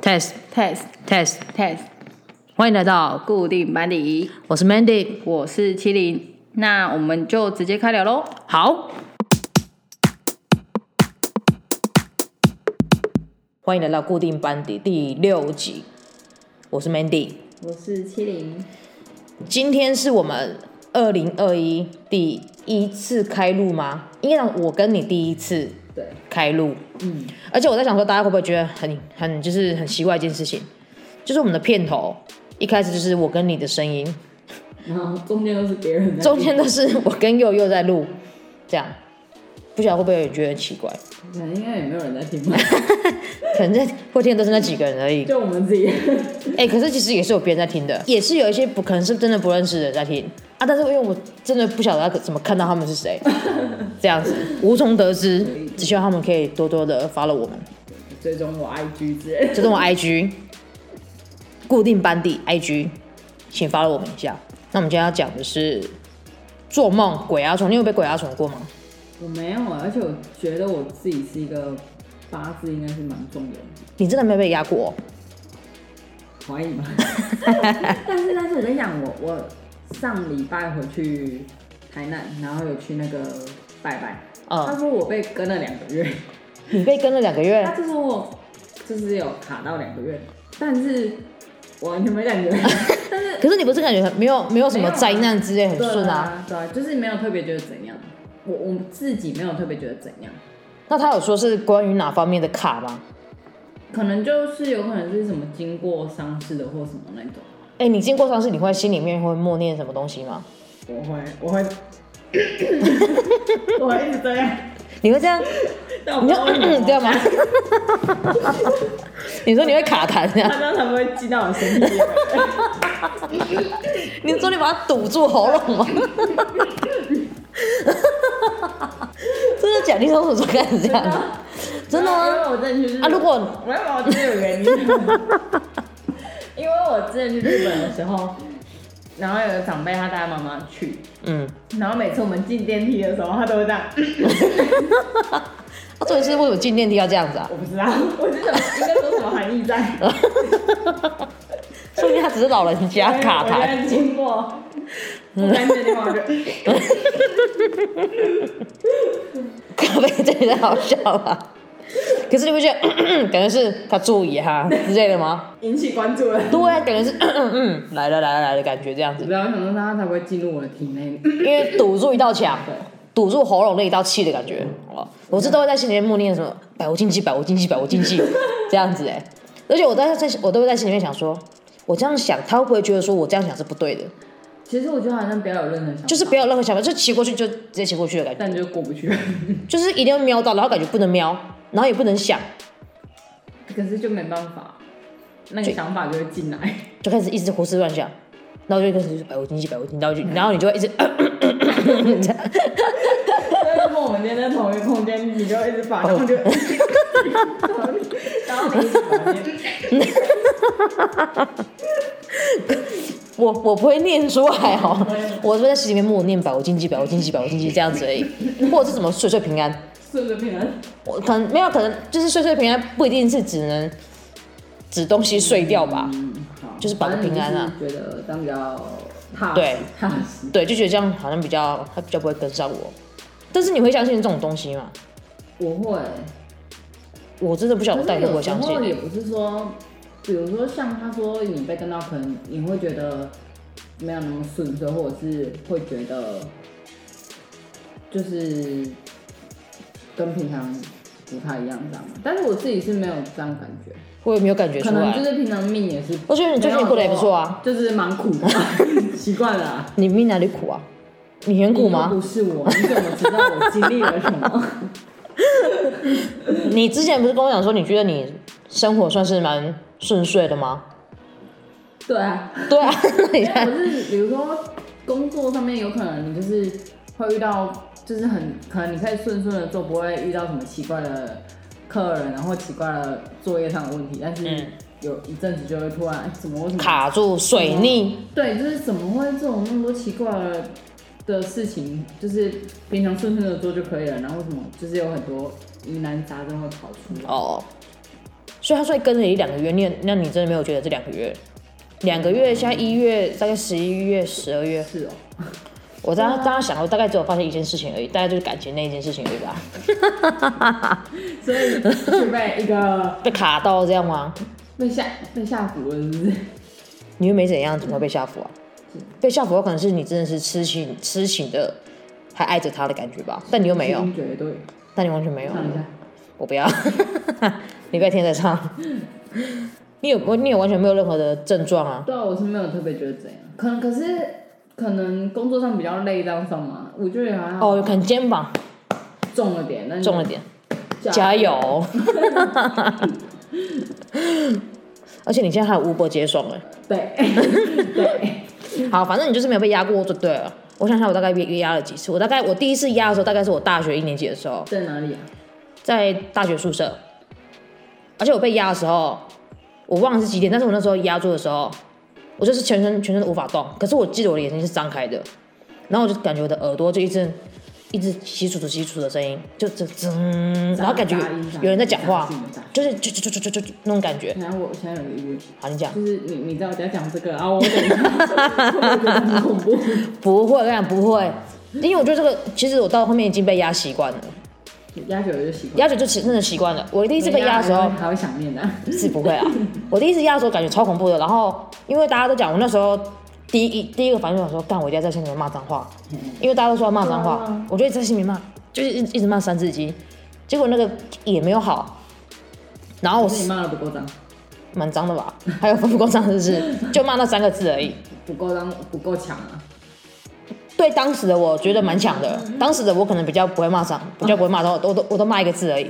test test test， test 欢迎来到，固定班底，我是 Mandy。我是麒麟，那我们就直接开聊喽。好，欢迎来到固定班底第六集，我是 Mandy。我是麒麟，今天是我们二零二一第一次开录吗？应该我跟你第一次对，开录，嗯，而且我在想说，大家会不会觉得很很就是很奇怪一件事情，就是我们的片头一开始就是我跟你的声音，然后中间都是别人 中间都是我跟佑佑在录，这样不晓得会不会有人觉得很奇怪，可能应该也没有人在听吧， 可能在会听的都是那几个人而已。就我们自己。哎、可是其实也是有别人在听的，也是有一些不可能是真的不认识的人在听啊，但是因为我真的不晓得要怎么看到他们是谁，这样子无从得知，只希望他们可以多多的 follow 我们，追踪我 IG 之类的，这是我 IG 固定班底 IG，请 follow 我们一下。那我们今天要讲的是做梦鬼压床，你有被鬼压床过吗？我没有，啊，而且我觉得我自己是一个八字应该是蛮重的人，你真的没有被压过、哦？ 怀疑吧。 但是但是我跟你讲，我我上礼拜回去台南，然后有去那个拜拜，嗯他说我被跟了两个月。 你被跟了两个他月，就说我就是有卡到两个月，但是我完全没 感觉，但是可是你不是感觉很没有没有什么灾难之类很顺啊？对啊，就是没有特别觉得怎样，我我自己没有特别觉得怎样，那他有说是关于哪方面的卡吗？可能就是有可能是什么经过丧事的或什么那种，哎、你经过丧事，你会心里面会默念什么东西吗？我会我会 我会一直 这样，你会这样，但我你不就知道为什么嗯这样吗？ 你说你会卡痰这样他，这样才不会进到我身体里面，你说你把它堵住喉咙吗？ 真的假？你从什么时候开始这样？ 真的因吗？为我真的去日啊，本如果我要把我自己的原因， 因为我之前去日本的时候，然后有个长辈他带他妈妈去，嗯，然后每次我们进电梯的时候，他都会 这样，那、啊、重点是为什么进电梯要这样子啊？我不知道，我就想应该有什么含义在。 说明他只是老人家卡啊我痰。现在经 过不干净的地方，我就 咖啡真的太好笑了。可是你不觉得 感觉是他注意哈之类的吗？引起关注了。对啊，感觉是 嗯来了来了来了感觉这样我子，不要想说他才不会进入我的体 内，因为堵住一道墙，堵住喉咙那一道气的感觉。哦，我是都会在心里面默念什么“百无禁忌，百无禁忌，百无禁忌” 这样子哎、而且我在在我都会在心里面想说，我这样想，他会不会觉得说我这样想是不对的？其实我觉得好像不要有任何想法，就是不要有任何想法，就骑过去就直接骑过去的感觉，但就过不去。就是一定要瞄到，然后感觉不能瞄，然后也不能想， 可是就没办法，那个想法就会进来。 就开始一直胡思乱想，然后就开始就是百无禁忌，百无禁忌，然后就然后你就会一 直，所以如果我们今天在同一个空间，你就一直把，然后就，然后你然后你一直把那边我我不会念出来哦，我是在心里面默念百无禁忌，百无禁忌，百无禁忌这样子而已，或者是怎么岁岁平安，顺着 平安，我可能没有，可能就是岁岁平安不一定是只能指东西碎掉吧，嗯，好，就是保个平安啊。觉得这样比较踏实对踏实，对，就觉得这样好像比较他比较不会跟上我，但是你会相信这种东西吗？我会。我真的不晓得我到底会不会可是有相时候信，也不是说，比如说像他说你被跟到，可能你会觉得没有那么顺遂，或者是会觉得就是跟平常不太一样，这样吗。但是我自己是没有这样感觉。我也没有感觉可出能来就。是平常命也是，我觉得你最近过得也不错啊，就是蛮苦的， 习惯 了啊。你命哪里苦啊？你很苦吗？你又不是我，你怎么知道我经历了什么？ 你之前不是跟我讲说，你觉得你生活算是蛮顺遂的吗？对啊，对啊，那你 因为看我哎是比如说工作上面有可能你就是会遇到，就是很可能你可以顺顺的做，不会遇到什么奇怪的客人，然后奇怪的作业上的问题，但是嗯有一阵子就会突然哎怎么为什么卡住水逆，对，就是怎么会这种那么多奇怪的的事情，就是平常顺顺的做就可以了，然后为什么就是有很多疑难杂症会跑出来？哦，所以他说跟了你两个月，你那你真的没有觉得这两个月？两个月，现在一月，大概十一月、十二月，是哦，我当当时想，我大概只有发现一件事情而已，大概就是感情那一件事情而已吧。所以是被一个被卡到这样吗？被吓被吓唬了，是不是？你又没怎样，怎么会被吓服啊？被吓服有可能是你真的是痴情痴情的，还爱着他的感觉吧？但你又 没有，绝对。但你完全没有。唱一下，我不要，礼拜天再唱。你有你有完全没有任何的症状啊？对啊，我是没有特别觉得怎样，可能可是可能工作上比较累，这样算吗？我觉得好像哦，有可能肩膀重了点，但重了点，加油！ 而且你现在还有 Uber 接送哎、对对，好，反正你就是没有被压过就对了。我想想，我大概被被压了几次？我大概我第一次压的时候，大概是我大学一年级的时候，在哪里啊？在大学宿舍，而且我被压的时候，我忘了是几点，但是我那时候压住的时候，我就是全身全身都无法动，可是我记得我的眼睛是张开的，然后我就感觉我的耳朵就一直一直稀疏的稀疏的声音，就这噌， 然后感觉杂音杂音有人在讲话杂音杂音，就是就就就就就就那种感觉。然后我现在有一个疑问，好，你讲就是你你知道我在讲这个啊，我等 一下会不会觉得很恐怖？不会，我跟你讲不会，因为我觉得这个其实我到后面已经被压习惯了，压久了就习惯，压着就其实真的习惯了。我第一次被压的时候，还会想念的、是不会啊。我第一次压的时候感觉超恐怖的，然后因为大家都讲，我那时候第一第一个反应想说，干，我一定要在心里面骂脏话，嗯因为大家都说要骂脏话，对啊我就一直在心里面骂，就是一直一直骂三字经，结果那个也没有好。然后我我是是你骂的不够脏，蛮脏的吧，还有分不过脏是不是？就骂那三个字而已。不够脏，不够强啊！对当时的我觉得蛮强的，嗯当时的我可能比较不会骂啊脏，比较不会骂脏，我都我都骂一个字而已，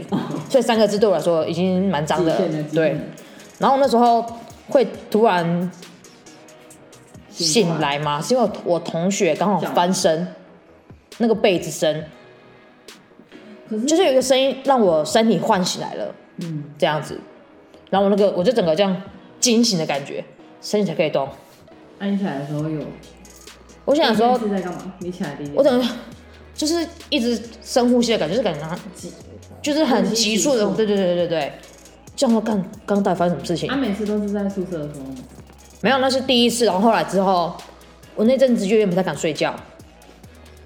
所以三个字对我来说已经蛮脏的极了啊限的，极限对。然后那时候会突然醒来吗？是因为我同学刚好翻身，那个被子声，可是就是有一个声音让我身体唤醒来了，嗯，这样子，然后我那个我就整个这样惊醒的感觉，身体才可以动。按啊起来的时候有，我想说，你是在干嘛？你起来的，我整个就是一直深呼吸的感觉，就是感觉好像急，就是很急促的很急，对对对对对对，这样说干，刚刚到底发生什么事情他、？啊每次都是在宿舍的时候吗？没有，那是第一次。然后后来之后，我那阵子就有点不太敢睡觉，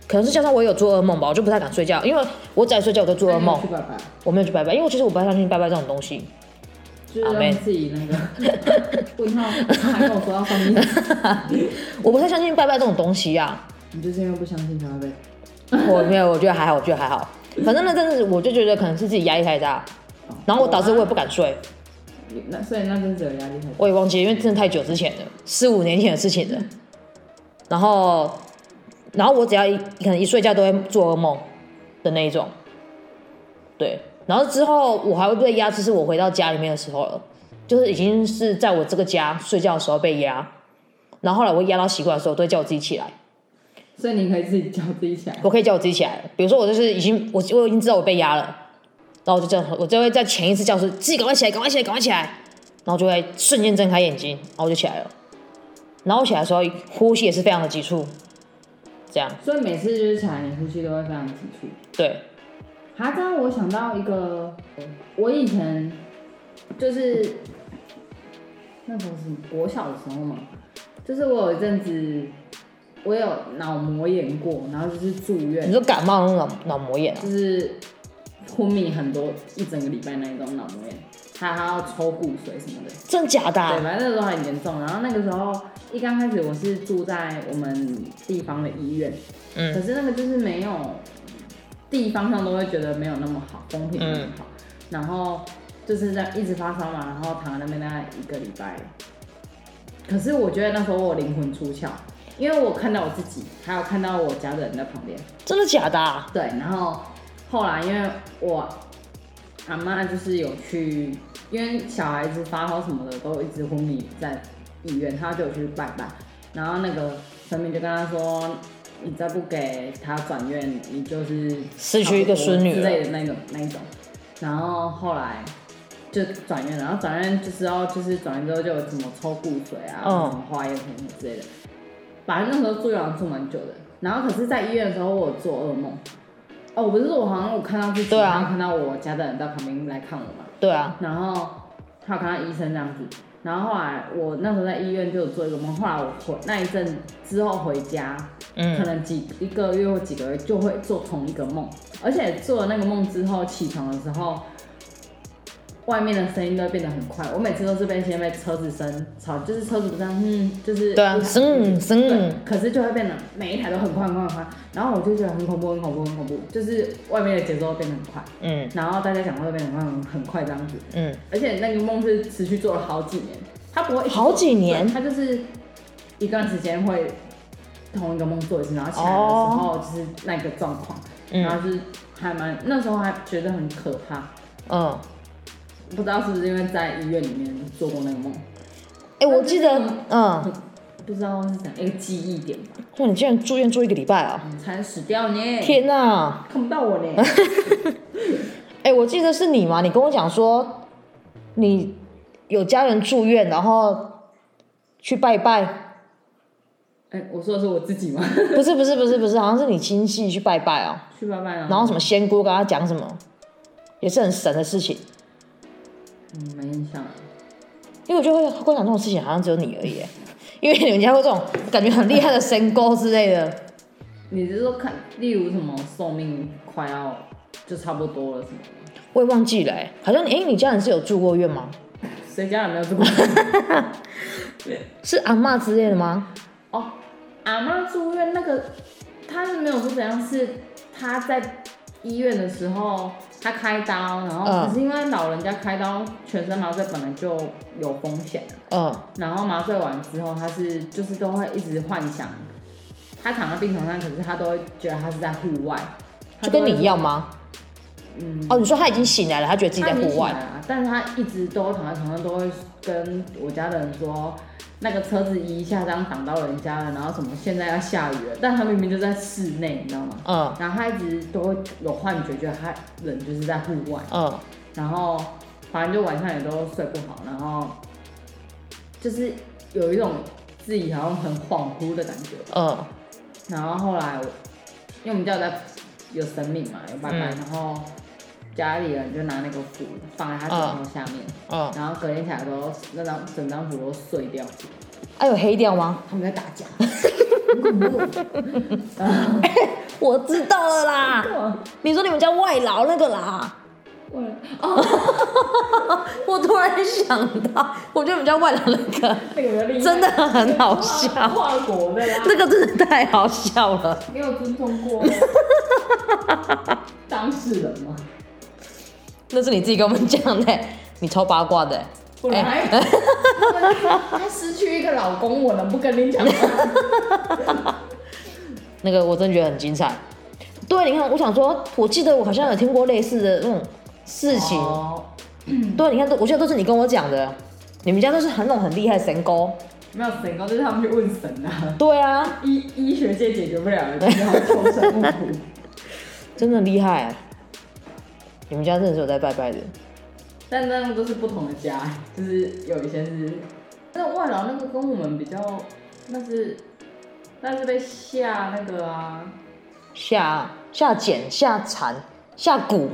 可能是加上我有做噩梦吧，我就不太敢睡觉，因为我只要睡觉我就做噩梦那你有去，拜拜，我没有去拜拜，因为我其实我不太相信拜拜这种东西。就是让自己那个 问号，他还跟我说要放屁，我不太相信拜拜这种东西啊， 你就是因为不相信才会被。我没有，我觉得还好，我觉得还好。反正那阵子我就觉得可能是自己压力太大，然后我导致我也不敢睡，哦那所以那阵子有压力很大，我也忘记，因为真的太久之前了，四五年前的事情了。然后，然后我只要一可能一睡觉都会做噩梦的那一种，对。然后之后我还会被压，就是我回到家里面的时候了，就是已经是在我这个家睡觉的时候被压。然后后来我压到习惯的时候，都会叫我自己起来，所以你可以自己叫自己 起来。我可以叫我自己起来。比如说我就是已经我我已经知道我被压了，然后我就这样，我就会在前一次叫说自己赶快起来，赶快起来，赶快起来，然后就会瞬间睁开眼睛，然后我就起来了。然后我起来的时候，呼吸也是非常的急促，这样所以每次就是起来，你呼吸都会非常急促。对，哈，这样我想到一个，我以前就是那时候是国小的时候嘛，就是我有一阵子我有脑膜炎过，然后就是住院你，说感冒那种脑脑膜炎啊，就是昏迷很多一整个礼拜那一种脑膜炎，还还要抽骨髓什么的。真假的、对，啊？反正那时候很严重。然后那个时候一刚开始我是住在我们地方的医院，嗯可是那个就是没有地方上都会觉得没有那么好，风评没有那么好。嗯然后就是在一直发烧嘛，然后躺在那边大概一个礼拜。可是我觉得那时候我灵魂出窍，因为我看到我自己，还有看到我家的人在旁边。真的假的、啊？对，然后后来因为我阿妈就是有去，因为小孩子发烧什么的都一直昏迷在医院，她就有去拜拜，然后那个神明就跟她说。你再不给她转院，你就是失去一个孙女了之类的那种那一种。然后后来就转院，然后转院就知道，就是转院之后就有什么抽骨髓啊，嗯什么化验什么之类的。反正那时候住院好像住蛮久的，然后可是，在医院的时候，我有做噩梦。哦，我不是说我好像我看到自己，对啊然后看到我家的人在旁边来看我嘛，对啊，然后还有看到医生这样子。然后后来我那时候在医院就有做一个梦，后来我回那一阵之后回家，可嗯，能几一个月或几个月就会做同一个梦，而且做了那个梦之后起床的时候，外面的声音都会变得很快。我每次都是被先被车子声吵，就是车子不这样，嗯，就是对啊，一台嗯对嗯，，可是就会变得每一台都很快很快很快，然后我就觉得很恐怖很恐怖很恐怖，就是外面的节奏会变得很快，嗯然后大家讲话都变得很快很很快这样子，嗯，而且那个梦是持续做了好几年，他不会一直好几年对他就是一段时间会同一个梦做一次，然后起来的时候就是那个状况，嗯然后就是还蛮那时候还觉得很可怕，嗯，不知道是不是因为在医院里面做过那个梦，哎，我记得，嗯，不知道是怎样一个记忆点吧，哇，你竟然住院住一个礼拜啊！你才死掉呢，天哪！看不到我呢。哎、我记得是你嘛？你跟我讲说，你有家人住院，然后去拜拜，哎、我说的是我自己吗？不是不是不是不是，好像是你亲戚去拜拜哦、去拜拜了。然后什么仙姑跟他讲什么，也是很神的事情。嗯，没印象了。因为我觉得会会讲这种事情，好像只有你而已耶，因为你们家会这种感觉很厉害的神沟之类的。你是说看，例如什么寿命快要就差不多了什么的？我也忘记了、欸，好像哎、你家人是有住过院吗？谁家有没有住过？是阿嬷之类的吗？哦，阿妈住院那个，她是没有说怎样，是她在医院的时候，她开刀，然后嗯只是因为老人家开刀全身麻醉本来就有风险，嗯然后麻醉完之后，她是就是都会一直幻想，她躺在病床上，可是她都会觉得她是在户外，她就跟都会你一样吗？嗯。哦，你说他已经醒来了，他觉得自己他在已经户起来外。了，但是他一直都躺在床上，都会跟我家的人说，那个车子移一下，这样挡到人家了，然后什么现在要下雨了，但他明明就在室内，你知道吗？嗯然后他一直都会有幻觉，觉得他人就是在户外，嗯然后反正就晚上也都睡不好，然后就是有一种自己好像很恍惚的感觉。嗯然后后来我，因为我们家有在有神明嘛，有拜拜，嗯然后家里人就拿那个符放在他枕头下面，嗯，然后隔天起来都那张整张符都碎掉，哎、有黑掉吗？他们在打架，很恐怖。然哎我知道了啦，后你说你们家外劳那个啦，我哦，我突然想到，我觉得你们家外劳那个 那个比较厉害真的很好笑跨国的啦，那个真的太好笑了。没有尊重 过当事人吗？哎那是你自己跟我们讲的、 你超八卦的、本来、他失去一个老公，我能不跟你讲吗？那个我真觉得很精彩。对，你看，我想说，我记得我好像有听过类似的那种事情。哦对，你看，都我记得都是你跟我讲的，你们家都是很那种很厉害的神功。没有神功，就是他们去问神啊， 对啊，医医学界解决不了的，只好求神问卜。 真的厉害、你们家真的是有在拜拜的。但那个都是不同的家，就是有一些是，那外劳那个跟我们比较，那是那是被下那个啊，下下剪、下缠、下蛊、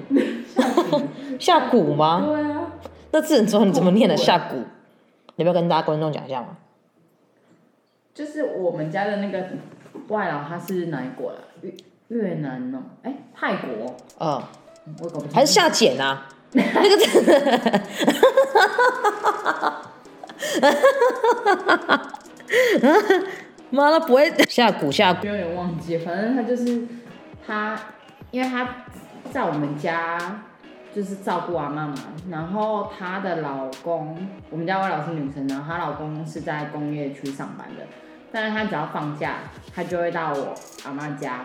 下蛊吗？对啊，那字怎么怎么念的？很酷欸下蛊，你要不要跟大家观众讲一下吗？就是我们家的那个外劳，他是哪一国啦？啊越越南哦、哎、泰国，嗯，我也搞不清。还是下剪啊？那个字，妈的不会下蛊下蛊，有点忘记，反正他就是他，因为他在我们家就是照顾阿妈嘛，然后她的老公，我们家外老是女生，然后她老公是在工业区上班的，但是她只要放假，她就会到我阿妈家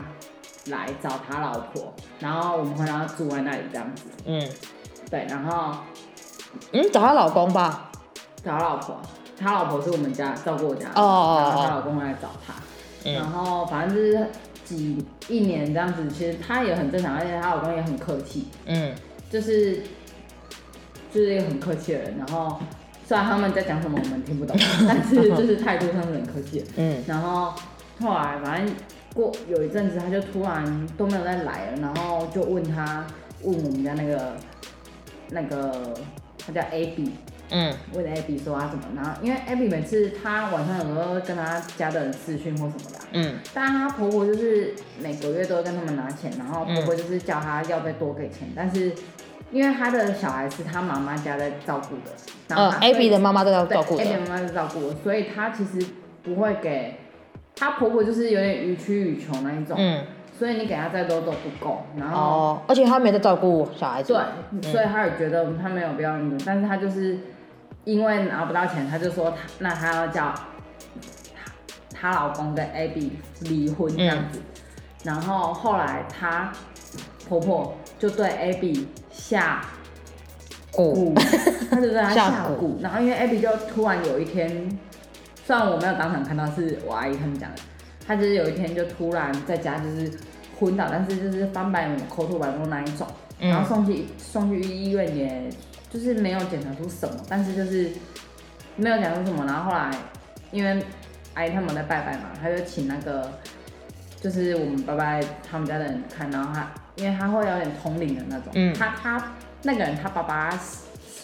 来找她老婆，然后我们会让她住在那里这样子，嗯对，然后嗯，找她老公吧，找她老婆，她老婆是我们家照顾我家，哦哦然后她哦老公会来找她。然嗯后反正就是几一年这样子，其实她也很正常，而且她老公也很客气，嗯就是就是一个很客气的人。然后虽然他们在讲什么我们听 不懂，但是就是态度上是很客气的。嗯然后后来反正过有一阵子，他就突然都没有再来了，然后就问他问我们家那个那个他叫 Abby，嗯为了 Abby 说啊什么，然后因为 Abby 每次她晚上有时候跟她家的人视讯或什么的啊、嗯但她婆婆就是每个月都会跟他们拿钱，然后婆婆就是叫她要再多给钱，但是因为她的小孩是她妈妈家在照顾的，然后呃她所以，Abby 的妈妈都要对照顾的 Abby 的，妈妈在照顾我，所以她其实不会给她婆婆就是有点予取予求那一种，嗯所以你给她再多都不够，然后哦，而且他没在照顾小孩子，对，所以他也觉得他没有必要那种，但是他就是因为拿不到钱，他就说他那他要叫她老公跟 Abby 离婚这样子。然后后来她婆婆就对 Abby 下顾 蛊，她就对她下下蛊。然后因为 Abby 就突然有一天，虽然我没有当场看到，是我阿姨他们讲的，她就是有一天就突然在家就是昏倒，但是就是翻白眼、口吐白沫那一种。嗯然后送去送去医院，也就是没有检查出什么，但是就是没有讲出什么。然后后来因为阿姨他们在拜拜嘛，他就请那个就是我们拜拜他们家的人看，然后他因为他会有点通灵的那种，嗯他他那个人他爸爸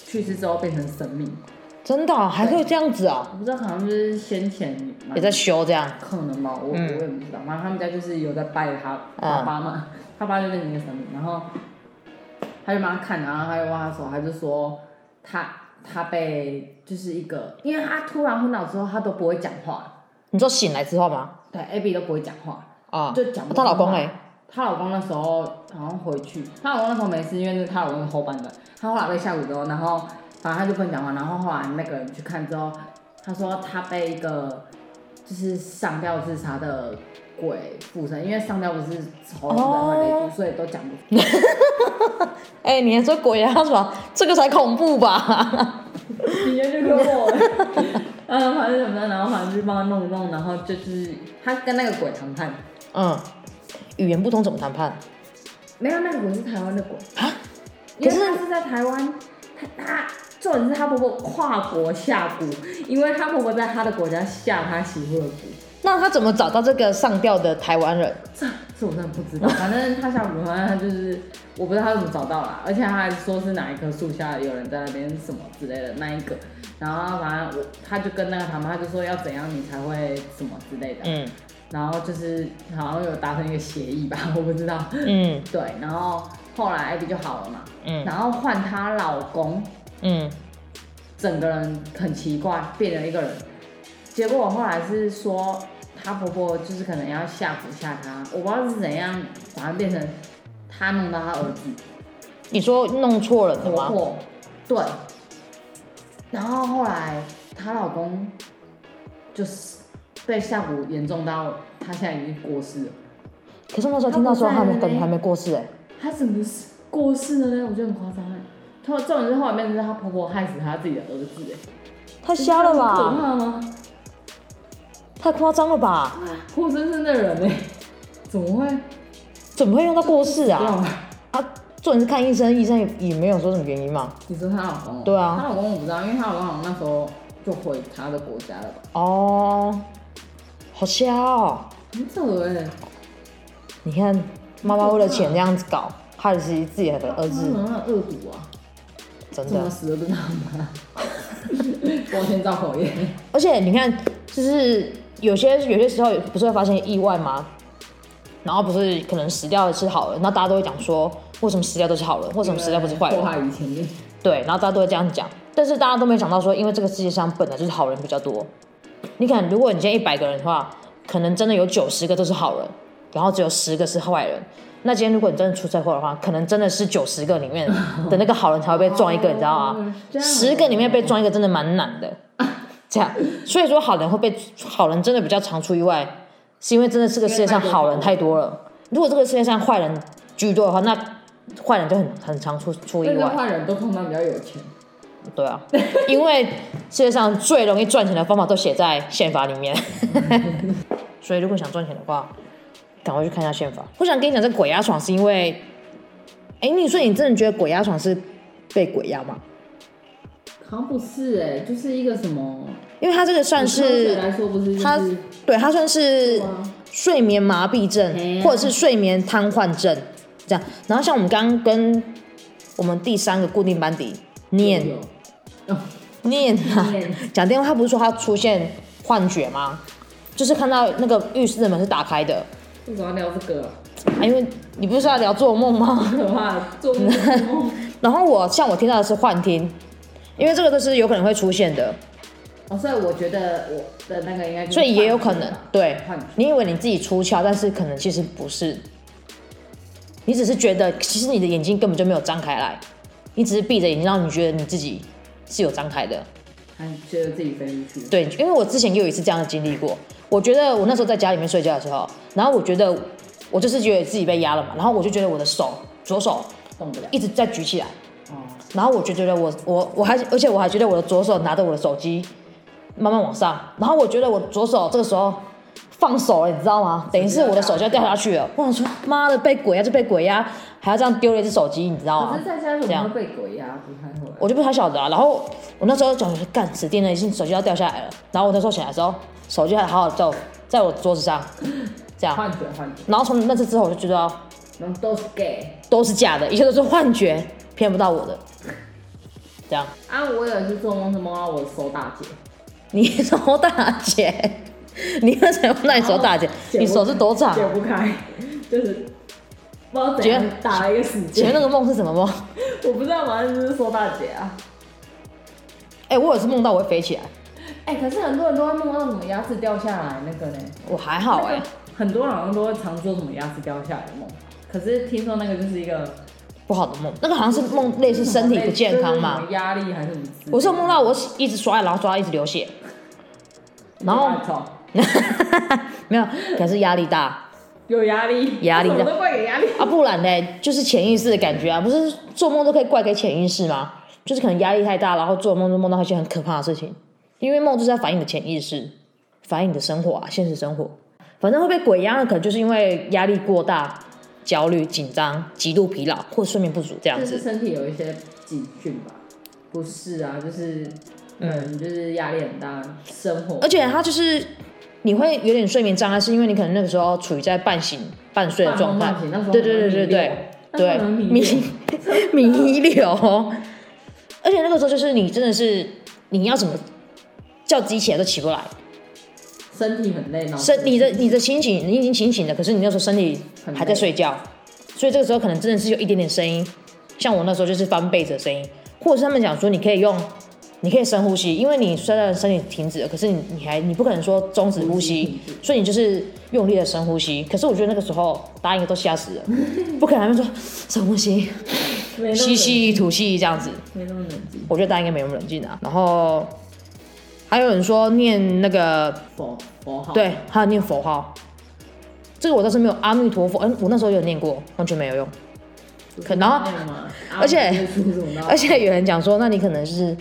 去世之后变成神明，真的哦还可以这样子哦，我不知道好像就是先前蛮也在修这样，可能吧，我、嗯我也不知道。反正他们家就是有在拜他嗯爸爸嘛，他爸就变成一个神明，然后他就帮他看，然后他就帮他说，他就说他他被就是一个，因为他突然昏倒之后，他都不会讲话，你说醒来之后吗？对，Abby 都不会讲话，啊，就讲不她出老公话嘞，她老公那时候好像回去，她老公那时候没事，因为那是她老公是后半的。她后来被下蛊之后，然后反正她就不能讲话，然后后来那个人去看之后，她说她被一个就是上吊自杀的鬼附身，因为上吊不是喉咙会勒住，所以都讲不出。哎、你还说鬼啊什么？这个才恐怖吧？ 你就去跟我，嗯，反正怎么样，然后反正就帮她弄一弄，然后就是她跟那个鬼谈判，嗯，语言不通怎么谈判？没有那个鬼是台湾的鬼。啊，因为她是在台湾，她她重点是她婆婆跨国下蛊，因为她婆婆在她的国家下她媳妇的蛊，那他怎么找到这个上吊的台湾人？这这我真的不知道。哦反正她下蛊，反正她就是我不知道她怎么找到啦，而且她还说是哪一棵树下有人在那边什么之类的那一个，然后反正我她就跟那个他妈就说要怎样你才会什么之类的，嗯然后就是好像有达成一个协议吧，我不知道。嗯对，然后后来艾比就好了嘛，嗯然后换她老公。嗯整个人很奇怪，变了一个人。结果我后来是说，她婆婆就是可能要吓唬吓她，我不知道是怎样，反正变成她弄到她儿子你说弄错人了婆吗？婆，对。然后后来她老公就是被吓唬严重到他现在已经过世了，可是那时候听到说他们感觉还没过世哎、他怎么是过世了呢？我觉得很夸张哎。她重点是后来变成是她婆婆害死她自己的儿子哎，太瞎了可吧，怕吗？太夸张了吧，活生生的人呢、欸怎么会怎么会用到过世这啊？样？啊，重点是看医生，医生也也没有说什么原因嘛。你说她老公哦、对啊她老公我不知道，因为她老公好像那时候就回她的国家了吧？哦，好瞎哦！很扯哎、你看妈妈为了钱这样子搞，害了自己自己的儿她怎子，么那么恶毒啊？真怎么的。死的都是她妈？光天造火焰，而且你看，就是有些有些时候不是会发现意外吗？然后不是可能死掉的是好人，那大家都会讲说，为什么死掉都是好人，为什么死掉不是坏祸人？害于前面。对，然后大家都会这样讲，但是大家都没想到说，因为这个世界上本来就是好人比较多。你看，如果你现在一百个人的话，可能真的有九十个都是好人，然后只有十个是坏人。那今天如果你真的出车祸的话，可能真的是九十个里面的那个好人才会被撞一个，你知道吗？哦这样啊十个里面被撞一个真的蛮难的。这样，所以说好人会被好人真的比较常出意外，是因为真的这个世界上好人太多了。如果这个世界上坏人居多的话，那坏人就很很常出出意但是外。坏人都通常比较有钱，对啊，因为世界上最容易赚钱的方法都写在宪法里面， 所以如果想赚钱的话，赶快去看一下宪法。我想跟你讲，这鬼压床是因为，哎、你说你真的觉得鬼压床是被鬼压吗？好像不是哎、就是一个什么？因为他这个算以科学是来说不是、就是、他对他算是吗睡眠麻痹症哎呀或者是睡眠瘫痪症这样。然后像我们刚刚跟我们第三个固定班底念有。哦念啊 念！讲电话，他不是说他出现幻觉吗？就是看到那个浴室的门是打开的，为什么要聊这个啊？ 啊因为你不是要聊做梦吗？ 可怕，做梦做梦。然后我像我听到的是幻听，因为这个都是有可能会出现的，哦，所以我觉得我的那个应该就是所以也有可幻能觉吧对幻觉。你以为你自己出窍，但是可能其实不是，你只是觉得其实你的眼睛根本就没有张开来，你只是闭着眼睛，让你觉得你自己是有张开的。还觉得自己飞出去。对，因为我之前也有一次这样的经历过。我觉得我那时候在家里面睡觉的时候，然后我觉得我就是觉得自己被压了嘛，然后我就觉得我的手左手动不了。一直在举起来，哦，然后我就觉得我我我还而且我还觉得我的左手拿着我的手机慢慢往上，然后我觉得我左手这个时候放手了，你知道吗？等于是我的手就要掉下去了。我想说，妈的，被鬼压就被鬼压，还要这样丢了一只手机，你知道吗可是？在家怎这么样会被鬼压？不太会。我就不太晓得啊。然后我那时候讲干死定了，已经手机要掉下来了。然后我那时候醒来的时候，手机还好好在我在我桌子上，这样。幻觉，幻觉，然后从那次之后，我就觉得然后都是 gay。都是假的，一切都是幻觉，骗不到我的。这样，啊，我有一次做梦是梦到我手大姐，你手大姐， 你为什么那你手大哦姐？你手是多长？啊解不开，就是不知道怎样姐打了一个死请问结那。个梦是什么梦？我不知道，反正就是说大姐啊。哎、我也是梦到我会飞起来，哎、可是很多人都会梦到什么牙齿掉下来那个呢？我还好哎、那个很多人好像都会常做什么牙齿掉下来的梦。可是听说那个就是一个不好的梦，那个好像是梦类似身体不健康嘛。就是什么压力还是什么之类的？我是有梦到我一直刷，然后刷到一直流血，然后我操没有，可能是压力大有压力，压力我都怪给压力。啊，不然呢，就是潜意识的感觉啊，不是做梦都可以怪给潜意识吗？就是可能压力太大，然后做梦就梦到一些很可怕的事情，因为梦就是在反映你的潜意识，反映你的生活啊，现实生活。反正会被鬼压的，可能就是因为压力过大、焦虑、紧张、极度疲劳或睡眠不足这样就是子。身体有一些警讯吧？不是啊，就是嗯，就是压力很大，生活而且它就是你会有点睡眠障碍，是因为你可能那个时候处于在半醒半睡的半状梦态半。醒那时候对对对对对对，很迷迷恋迷 流，哦而且那个时候就是你真的是你要怎么叫自己起来都起不来，身体很累，脑子身你的你的清醒，你已经清醒了，可是你那时候身体很累还在睡觉，所以这个时候可能真的是有一点点声音，像我那时候就是翻被子的声音，或者是他们讲说你可以用。你可以深呼吸，因为你虽然身体停止了，可是你你还你不可能说终止呼呼吸吸停止，所以你就是用力的深呼吸。可是我觉得那个时候大家应该都吓 死了，不可能他们说深呼吸，没那么吸气吐气这样子，没那么冷静，我觉得大家应该没那么冷静啊。然后还有人说念那个佛佛号，对，还有念佛号，这个我倒是没有阿弥陀佛，嗯，我那时候有念过，完全没有用。就是可然后那样嘛，而且啊我就是出什么而且有人讲说，那你可能是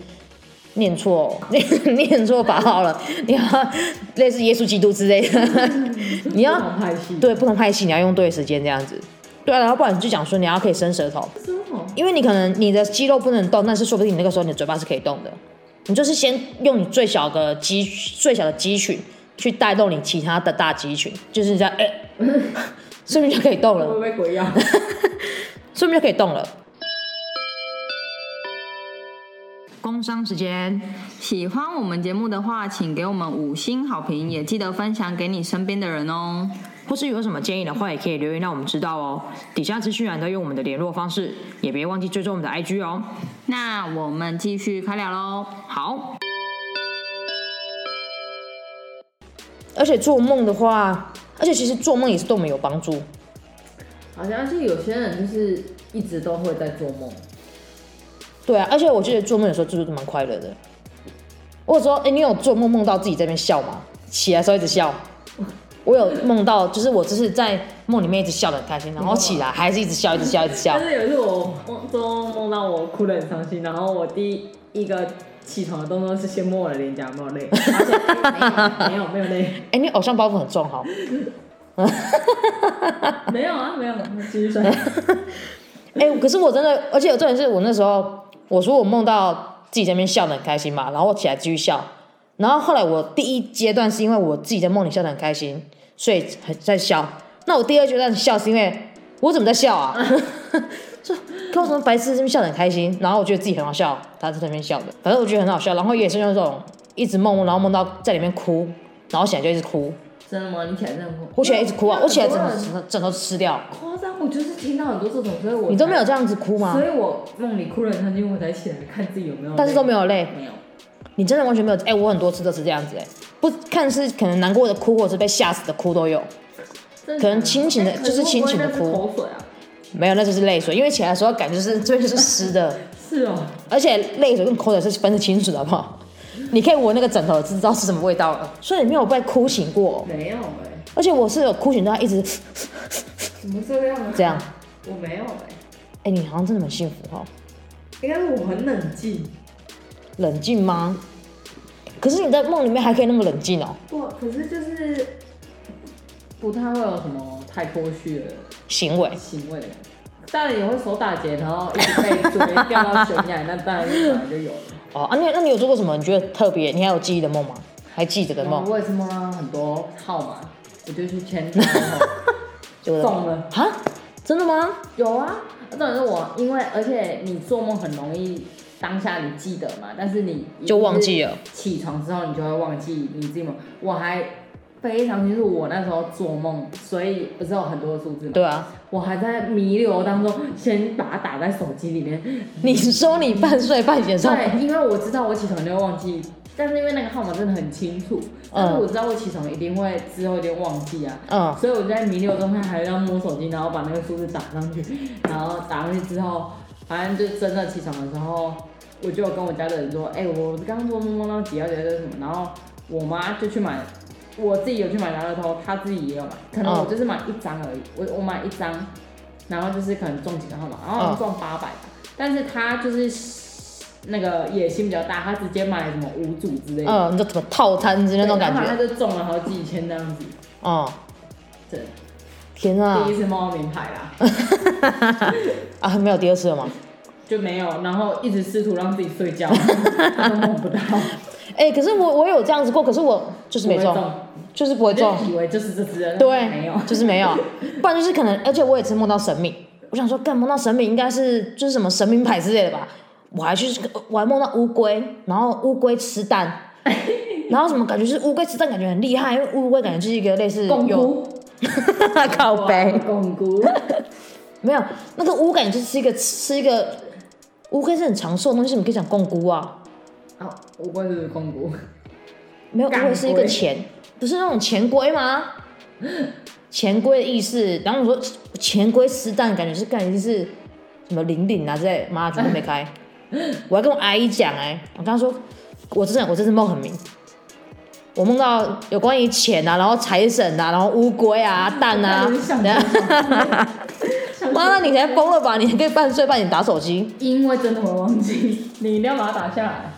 念错 念念错法号了，你要类似耶稣基督之类的， 你要不同派系，对不同派系你要用对时间这样子。对啊，然后不然你就讲说你要可以伸舌头，生活因为你可能你的肌肉不能动，但是说不定你那个时候你的嘴巴是可以动的。你就是先用你最小的肌最小的肌群去带动你其他的大肌群，就是这样，哎、 顺便就可以动会了，不会被鬼压？顺便就可以动了。工商时间，喜欢我们节目的话，请给我们五星好评，也记得分享给你身边的人哦。或是有什么建议的话，也可以留言让我们知道哦。底下资讯栏都有我们的联络方式，也别忘记追踪我们的 IG 哦。那我们继续开聊喽。好。而且做梦的话，而且其实做梦也是对我们有帮助。好像是有些人就是一直都会在做梦，对啊，而且我记得做梦有时候就是蛮快乐的。我有时候，哎、你有做梦梦到自己在那边笑吗？起来的时候一直笑。我有梦到，就是我就是在梦里面一直笑得很开心，然后起来还是一直笑，一直笑，一直笑但。是有一次我梦中梦到我哭得很伤心，然后我第一个起床的动作是先摸我的脸颊，有没有泪，发现没有没有没有泪，哎、你偶像包袱很重哈。没有啊没有，继续睡。哎、可是我真的，而且我重点是我那时候，我说我梦到自己在那边笑得很开心嘛，然后我起来继续笑，然后后来我第一阶段是因为我自己在梦里笑得很开心， 所以很在笑。那我第二阶段笑是因为我怎么在笑啊？这不知道什么白痴这边笑得很开心，然后我觉得自己很好笑，他在那边笑的，反正我觉得很好笑。然后也是那种一直梦，然后梦到在里面哭，然后醒来就一直哭，真的吗？你起来真的哭？我起来一直哭啊，我起来很枕头多人枕头枕头吃掉，夸张，我就是听到很多这种，所以我你都没有才这样子哭吗所？以我梦里哭了很伤心，我才起来看自己有没有，但是都没有泪，没有，你真的完全没有。哎、我很多次都是这样子、哎，不看是可能难过的哭，或者是被吓死的哭都有，真的可能清醒的哎可就是清醒的会不会那是哭口水啊，没有，那就是泪水，因为起来的时候感觉就是这边就是湿的。是哦，而且泪水跟口水是分得清楚的，好不好？你可以闻那个枕头，知道是什么味道了。所以你没有被哭醒过，没有哎，而且我是有哭醒到一直怎么这样啊？这样。我没有哎，哎、你好像真的蛮幸福哈、哦，应该是我很冷静，冷静吗？可是你在梦里面还可以那么冷静哦，不，可是就是不太会有什么太脱序的行为行为，当然也会手打结，然后一直被追掉到悬崖，那当然本来就有 了。哦啊，那那你有做过什么你觉得特别，你还有记忆的梦吗？还记得的然后梦？我也是梦到很多号码，我就去签单，然 后就是中了。啊，真的吗？有啊，重点是我，因为而且你做梦很容易，当下你记得嘛，但是你就忘记了。起床之后你就会忘记你自己梦。我还非常清楚我那时候做梦，所以不是有很多的数字嘛，对啊，我还在弥留当中，先把它打在手机 里面。你说你半睡半醒的时候，对，因为我知道我起床就会忘记，但是因为那个号码真的很清楚，但是我知道我起床一定会之后一定忘记啊。嗯，所以我在弥留中间还要摸手机，然后把那个数字打上去，然后打上去之后，反正就真的起床的时候，我就有跟我家的人说，哎、我刚刚做梦梦到几号几号几号什么，然后我妈就去买，我自己有去买大乐透，她自己也有买，可能嗯我就是买一张而已，我我买一张，然后就是可能中几个号码，然后好像中八百吧，但是她就是那个野心比较大，她直接买什么五组之类的，嗯，你就怎么套餐之类的那种感对她觉，就中了好几千这样子，嗯，对。天啊第一次梦到名牌啦，啊，没有第二次了吗？就没有，然后一直试图让自己睡 觉，都梦不到，哎、可是我我有这样子过，可是我就是没中，不会就是不会我就中，以为就是这只人，对，没有， 就是没有，不然就是可能，而且我也是梦到神明，我想说，干梦到神明应该是就是什么神明牌之类的吧，我还去我还梦到乌龟，然后乌龟吃 蛋，然后什么感觉是乌龟吃蛋感觉很厉害，因为乌龟感觉就是一个类 似共有 辜，靠背，共 辜，没有那个乌感觉就是一个吃一个乌龟是很长寿的东西，你可以讲共菇啊。啊，乌龟是不是 共辜，没有，乌干龟是一个龟钱，不是那种钱龟吗？钱龟的意思，然后我说钱龟吃蛋，感觉是感觉是什么零零啊之类的，妈全部没开。我还跟我阿姨讲哎、我跟她说，我这次我这次梦很明，我梦到有关于钱啊，然后财神啊，然后乌龟啊、蛋啊，想等 下妈，那你才疯了吧？你还可以半睡半醒打手机。因为真的会忘记，你一定要把它打下来，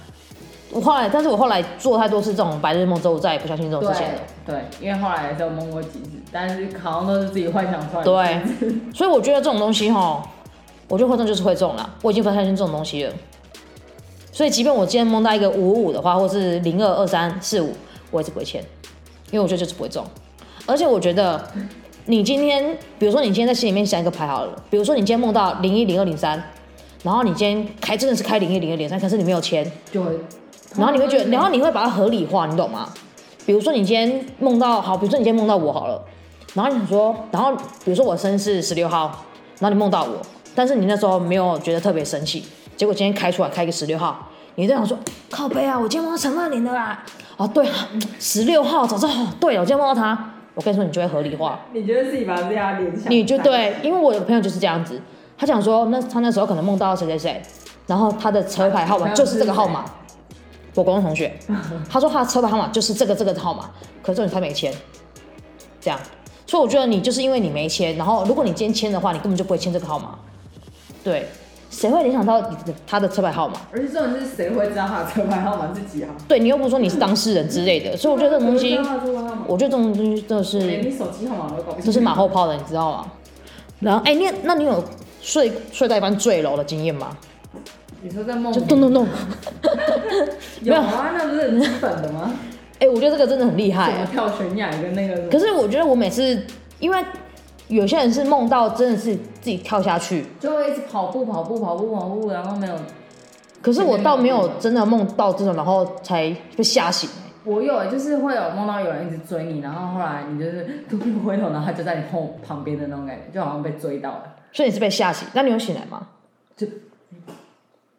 我后来，但是我后来做太多次这种白日梦之后，我再也不相信这种事情了对。对，因为后来的时候梦过几次，但是好像都是自己幻想出来的，对，所以我觉得这种东西哈，我觉得会中就是会中了，我已经不太相信这种东西了。所以，即便我今天梦到一个五五的话，或是零二二三四五，我也是不会签，因为我觉得就是不会中。而且我觉得，你今天，比如说你今天在心里面想一个牌好了，比如说你今天梦到零一零二零三，然后你今天开真的是开零一零二零三，可是你没有签，就会，然后你会觉得，嗯然后你会把它合理化，你懂吗？比如说你今天梦到好，比如说你今天梦到我好了，然后你想说，然后比如说我生日是十六号，然后你梦到我，但是你那时候没有觉得特别生气，结果今天开出来开一个十六号，你就想说靠背啊，我今天梦到陈乐玲的啦，哦对啊，十六号早知道，哦对了，我今天梦到他，我跟你说你就会合理化，你觉得自己把这样联想，你就，对，因为我有个朋友就是这样子，他讲说那他那时候可能梦到谁谁谁，然后他的车牌号码就是这个号码，我高中同学，他说他的车牌号码就是这个这个号码，可是重点他没签，这样，所以我觉得你就是因为你没签，然后如果你今天签的话，你根本就不会签这个号码，对，谁会联想到你的他的车牌号码？而且这种是谁会知道他的车牌号码是几号？对你又不是说你是当事人之类的，所以我觉得这种东西谁会知，道他的车牌号码我觉得这种东西真的我是连你手机号码都搞不清楚，这是马后炮的，你知道吗？然后，哎、你那你有睡睡到一半坠楼的经验吗？你说在梦就里咚咚咚，有啊，那不是很基本 的吗？哎、我觉得这个真的很厉怎么害。跳悬崖跟那个什么可是我觉得我每次，因为有些人是梦到真的是自己跳下去，就会一直跑步跑步跑步跑步，然后没有。可是我倒没有真的梦到这种，然后才被吓醒。我有就是会有梦到有人一直追你，然后后来你就是突然回头，然后他就在你后旁边的那种感觉，就好像被追到了。所以你是被吓醒，那你有醒来吗？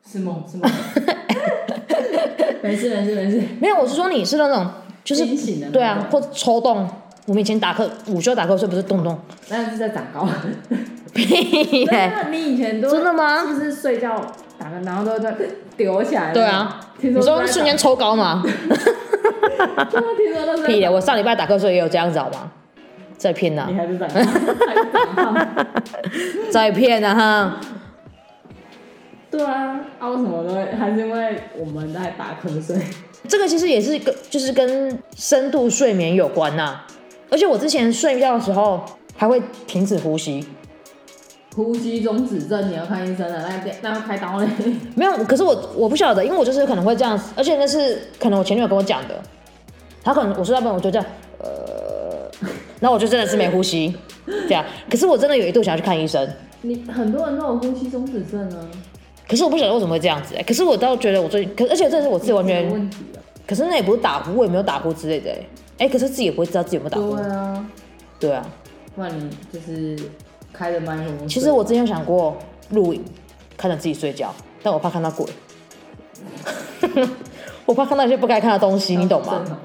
是梦是梦， 没事没事没事，没有，我是说你是那种就是清醒的那种对啊，或者抽动。我们以前打瞌午休打瞌睡不是动动但是在长 高。屁真嘞？的，你以前都真的吗是不是睡觉打个，然后都在丢起来？对啊，听你说说是 瞬间抽高吗？在打，啊听说都是在屁啊嘞！我上礼拜打瞌睡也有这样子好吗？在骗呐、你还是长胖，还是长胖。在骗呐、啊、哈！对啊，啊，为什么都会？还是因为我们在打瞌睡。这个其实也是跟就是跟深度睡眠有关呐、而且我之前睡觉的时候还会停止呼吸， 呼吸中止症，你要看医生了，那那要开刀嘞。没有，可是我我不晓得，因为我就是可能会这样，而且那是可能我前女友跟我讲的，她可能我睡到一半我就这样，呃， 然后我就真的是没呼吸，这样。可是我真的有一度想要去看医生， 你很多人都有呼吸中止症啊，可是我不晓得为什么会这样子、欸可是我倒觉得我最近，可而且这是我自己完有全，问题啊。可是那也不是打呼，我也没有打呼之类的、欸，哎、可是自己也不会知道自己有没有打呼，对啊，对啊。不然你就是开着麦克风睡。其实我之前有想过露营，看着自己睡觉，但我怕看到鬼， 我怕看到一些不该看的东西，你懂吗？哦正常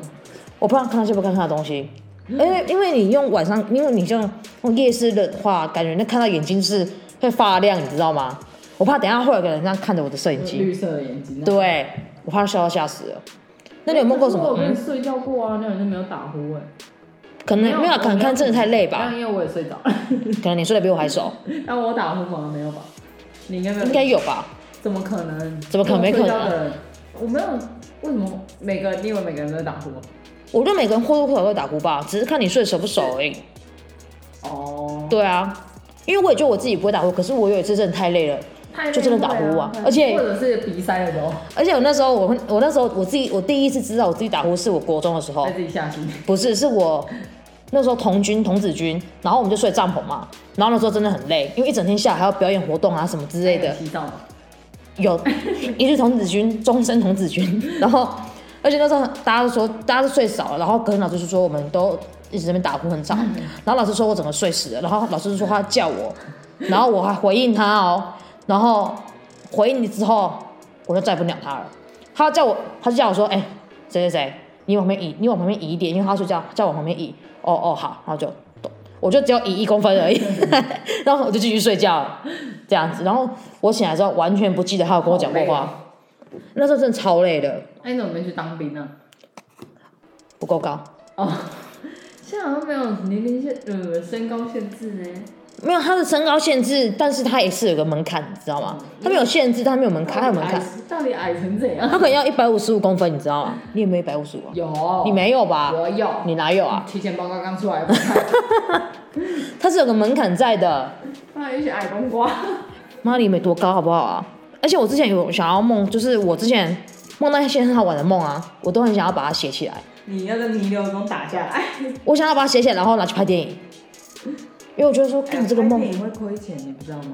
我不知道看那些不看看的东西，因为因为你用晚上，因为你用用夜视的话，感觉那看到眼睛是会发亮，你知道吗？我怕等一下会有个人这样看着我的摄影机，绿色的眼睛。。啊对我怕笑到吓死了。那你有梦过什么我？没有睡觉过啊，那晚就没有打呼哎、可能没有，啊可能看真的太累吧，但因为我也睡着了， 可能你睡得比我还熟，但我打呼吗？没有吧？你应该没有。应该有吧？怎么可能？怎么可能没可能跟我睡觉的人我没有，为什么每个你以为每个人都在打呼啊？我觉得每个人或多或少都会打呼吧，只是看你睡得熟不熟而已。哦，对啊，因为我也觉得我自己不会打呼，可是我有一次真的太累了，太累了就真的打呼啊而且哦或者是鼻塞的时候，而且我那时候我会，我那时候我自己我第一次知道我自己打呼是我国中的时候在，自己下去。不是，是我那时候童军童子军，然后我们就睡帐篷嘛，然后那时候真的很累，因为一整天下来还要表演活动啊什么之类的还有，洗澡吗，有一日童子军，终身童子军，然后而且那时候大家都说大家都睡少了，然后可能老师就说我们都一直在那边打呼很吵，然后老师说我整个睡死了，然后老师就说他要叫我，然后我还回应他哦，然后回应你之后，我就再也不鸟他了，他要叫我，他就叫我说，哎、谁谁谁，你往旁边移，你往旁边移一点，因为他要睡觉，叫我往旁边移，哦哦好，然后就。咚我就只有移一公分而 已，然后我就继续睡觉了，这样子。然后我醒来之后完全不记得他有跟我讲过好累哦话，那时候真的超累的，哎，你怎么没去当兵啊呢？不够高。哦，现在好像没有年龄限，呃，身高限制呢。没有他的身高限制，但是他也是有个门槛，你知道吗？他没有限制，他没有门槛，他有门槛，到底矮成怎他样？可能要一百五十五公分，你知道吗？你有 没有一百五十五啊？有，你没有吧？我有，你哪有啊？体检报告刚出来，不看， 他是有个门槛在的。不然一起矮冬瓜。 妈，你没多高好不好啊？而且我之前有想要梦，就是我之前梦到一些很好玩的梦啊，我都很想要把它写起来。你要在弥留中打下来，我想要把它写起来，然后拿去拍电影，因为我觉得说，看这个梦你会亏钱，你不知道吗？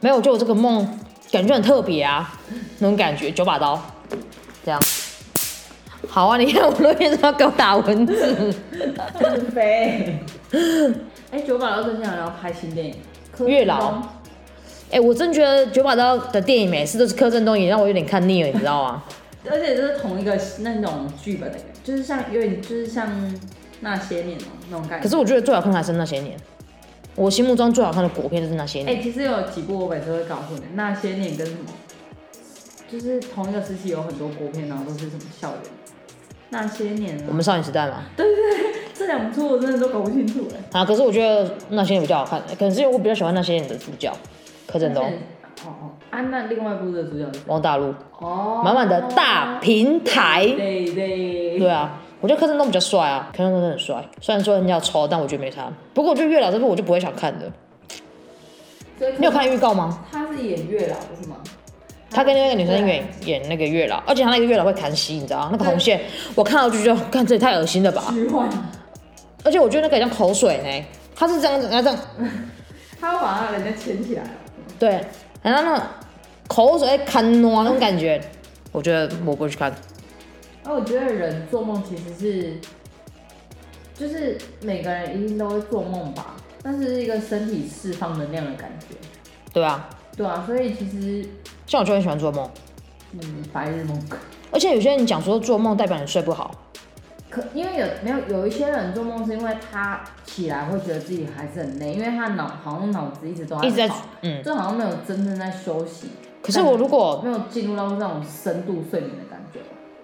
没有，我觉得我这个梦感觉很特别啊，那种感觉，九把刀这样。好啊，你看我都变成要给我打文字，很肥。哎，九把刀最近好像要拍新电影，柯震东月老。哎、我真觉得九把刀的电影每次都是柯震东演，让我有点看腻了，你知道 吗？而且就是同一个那种剧本的感觉，就是像有点就是像那些年哦、那种感可觉。是我觉得最好看还是那些年，我心目中最好看的国片就是那些哎、年。其实有几部我每次会搞混的，那些年跟什么，就是同一个时期有很多国片，然后都是什么校园。那些年我啊，们少年时代嘛，这两出我真的都搞不清楚哎。啊，可是我觉得那些年比较好看，可能是因为我比较喜欢那些年的主角，柯震那东些、哦哦，啊，那另外一部的主角是谁王大陆。哦，满满的大平台。对对对啊，我觉得柯震东比较帅啊，柯震东真的很帅。虽然说人家要抽，但我觉得没差。不过我觉得月老这部我就不会想看的。所以你有看预告吗？他是演月老是吗？他跟那个女嗯生演演那个月老，而且他那个月老会砍戏，你知道吗那个红线，我看到就觉得，看这也太恶心了吧！虚幻，而且我觉得那个很像口水呢，他是这样子，他这样，他会把人家牵起来哦。对，然后那种口水在看我那种感觉，我觉得我不会去看。那我觉得人做梦其实是，就是每个人一定都会做梦吧，但是是一个身体释放能量的感觉。对啊，对啊，所以其实像我就很喜欢做梦，嗯，白日梦。而且有些人讲说做梦代表你睡不好，可因为有没有有一些人做梦是因为他起来会觉得自己还是很累，因为他脑好像脑子一直都一直在跑嗯。就哦好像没有真正在休息，可是我如果没有进入到那种深度睡眠的感觉。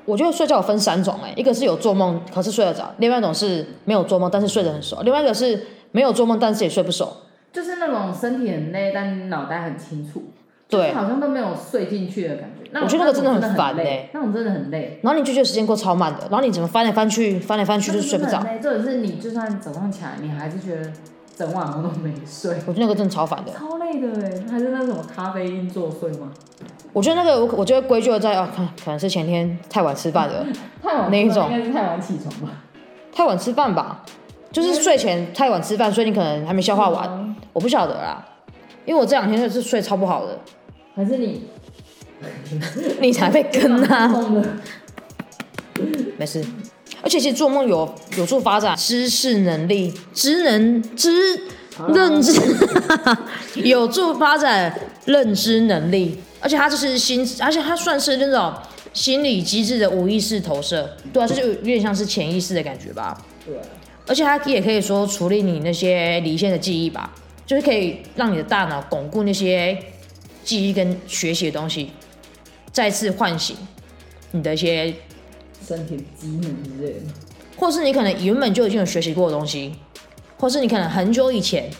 我觉得睡觉有分三种、欸，哎，一个是有做梦可是睡得着，另外一种是没有做梦但是睡得很熟，另外一个是没有做梦但是也睡不熟。就是那种身体很累，但脑袋很清楚，对就是好像都没有睡进去的感觉。那种我觉得那个真的很烦累，欸那种真的很累，然后你就觉得时间过超慢的，然后你怎么翻来翻去，翻来翻去就是睡不那着种真的。很累重点是你就算早上起来，你还是觉得整晚好像都没睡，我觉得那个真的超烦的。超累的哎，还是那种咖啡因作祟吗？我觉得那个我我就会归咎在啊，可可能是前天太晚吃饭了，太晚哪一种应该是太晚起床吧，太晚吃饭吧，就是睡前太晚吃饭，所以你可能还没消化完。嗯，我不晓得啦，因为我这两天真的是睡超不好的，还 是你你才被跟啊。中了没事。而且其实做梦有有助发展知识能力、知能、知认知， 有助发展认知能力。而且它就是心，而且它算是那种心理机制的无意识投射，对啊，就是有有点像是潜意识的感觉吧。对，而且它也可以说处理你那些离线的记忆吧，就是可以让你的大脑巩固那些记忆跟学习的东西，再次唤醒你的一些身体的机能之类的。或是你可能原本就已经有学习过的东西，或是你可能很久以前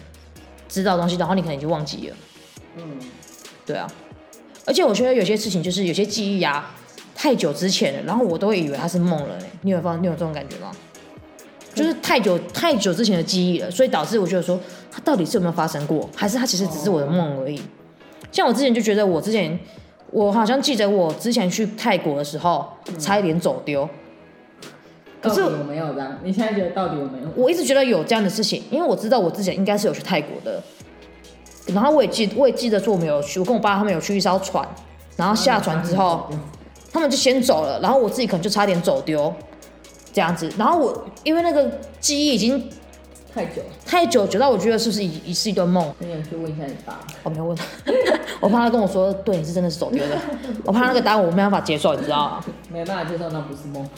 知道的东西，然后你可能已经忘记了。嗯，对啊，而且我觉得有些事情就是有些记忆啊，太久之前了，然后我都会以为它是梦了、欸。你有发，你有这种感觉吗？就是太久太久之前的记忆了，所以导致我觉得说，它到底是有没有发生过，还是它其实只是我的梦而已？像我之前就觉得，我之前我好像记得我之前去泰国的时候，差一点走丢。可是到底有没有这样？你现在觉得到底有没有？我一直觉得有这样的事情，因为我知道我之前应该是有去泰国的，然后我也记我也记得说我们有去，我跟我爸他们有去一艘船，然后下船之后，他们就先走了，然后我自己可能就差点走丢，这样子，然后我因为那个记忆已经太久了，太久，久到我觉得是不是已已是一段梦，那你有去问一下你爸？我没有问他， 我怕他跟我说对你是真的是走丢的，我怕那个答案我没办法接受，你知道吗？没办法接受，那不是梦。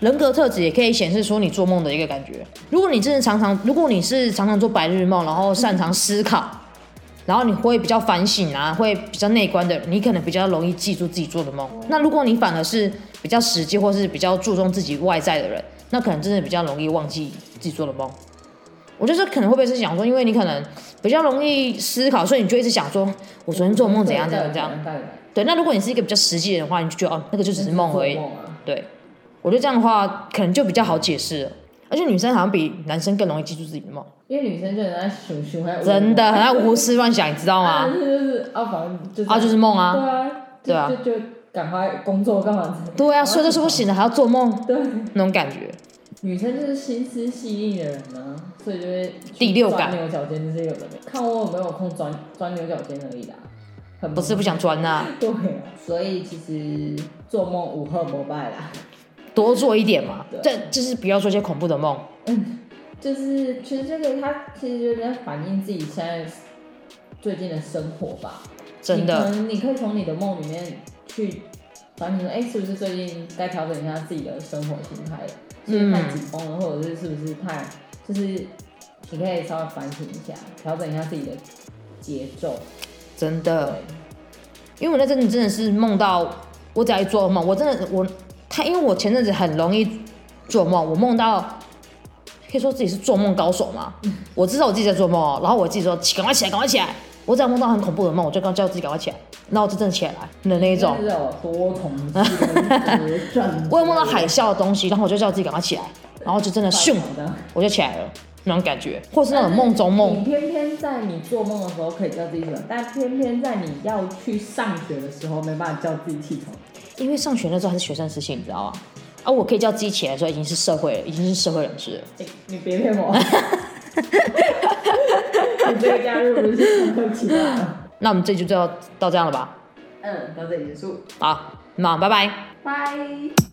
人格特质也可以显示出你做梦的一个感觉。如果你真的常常，如果你是常常做白日梦，然后擅长思考，然后你会比较反省啊，会比较内观的，你可能比较容易记住自己做的梦。那如果你反而是比较实际或是比较注重自己外在的人，那可能真的比较容易忘记自己做的梦。我觉得这可能会不会是想说，因为你可能比较容易思考，所以你就一直想说，我昨天做梦怎样怎样怎样。样，对，那如果你是一个比较实际的人的话，你就觉得哦，那个就只是梦而已。做梦啊对，我觉得这样的话可能就比较好解释了。而且女生好像比男生更容易记住自己的梦，因为女生就很爱熊熊爱真的很爱胡思乱想，你知道啊，吗？就是啊，反正就是啊，就是梦啊，对啊，对啊就就就赶快工作干嘛？对啊，睡都睡不醒了还要做梦，对，那种感觉。女生就是心思细腻的人呢，所以就会第六感钻牛角尖，就是有的没，看我有没有空钻钻牛角尖而已啦，很不是不想钻呐、对啊，所以其实做梦无赫膜拜啦，多做一点嘛对。这就是不要做一些恐怖的梦。就是其实这个它其实就是在反映自己现在最近的生活吧，真的你可能你可以从你的梦里面去反省说，哎、是不是最近该调整一下自己的生活心态了？是嗯不是太紧绷了，或者是是不是太就是你可以稍微反省一下，调整一下自己的节奏。真对的，，因为我那阵子真的是梦到，我只要一做梦，我真的我他，因为我前阵子很容易做梦，我梦到可以说自己是做梦高手嘛，我知道我自己在做梦哦，然后我自己说起赶快起来，赶快起来，我只要梦到很恐怖的梦，我就刚叫自己赶快起来，然后我就真的起来的那一种。真，的是有多重节症我有梦到海啸的东西，然后我就叫自己赶快起来，然后就真的咻，的。我就起来了那种感觉，或是那种嗯梦中梦，你偏偏在你做梦的时候可以叫自己起床，但偏偏在你要去上学的时候没办法叫自己起床。 因为上学那时候还是学生时期，你知道吗？啊，我可以叫自己起来的时候已经是社会了，已经是社会人士了。哎你别 骗我，你这个假日不是很期待吗？那我们这就就要到这样了吧？嗯，到这里结束，好，那拜拜。拜。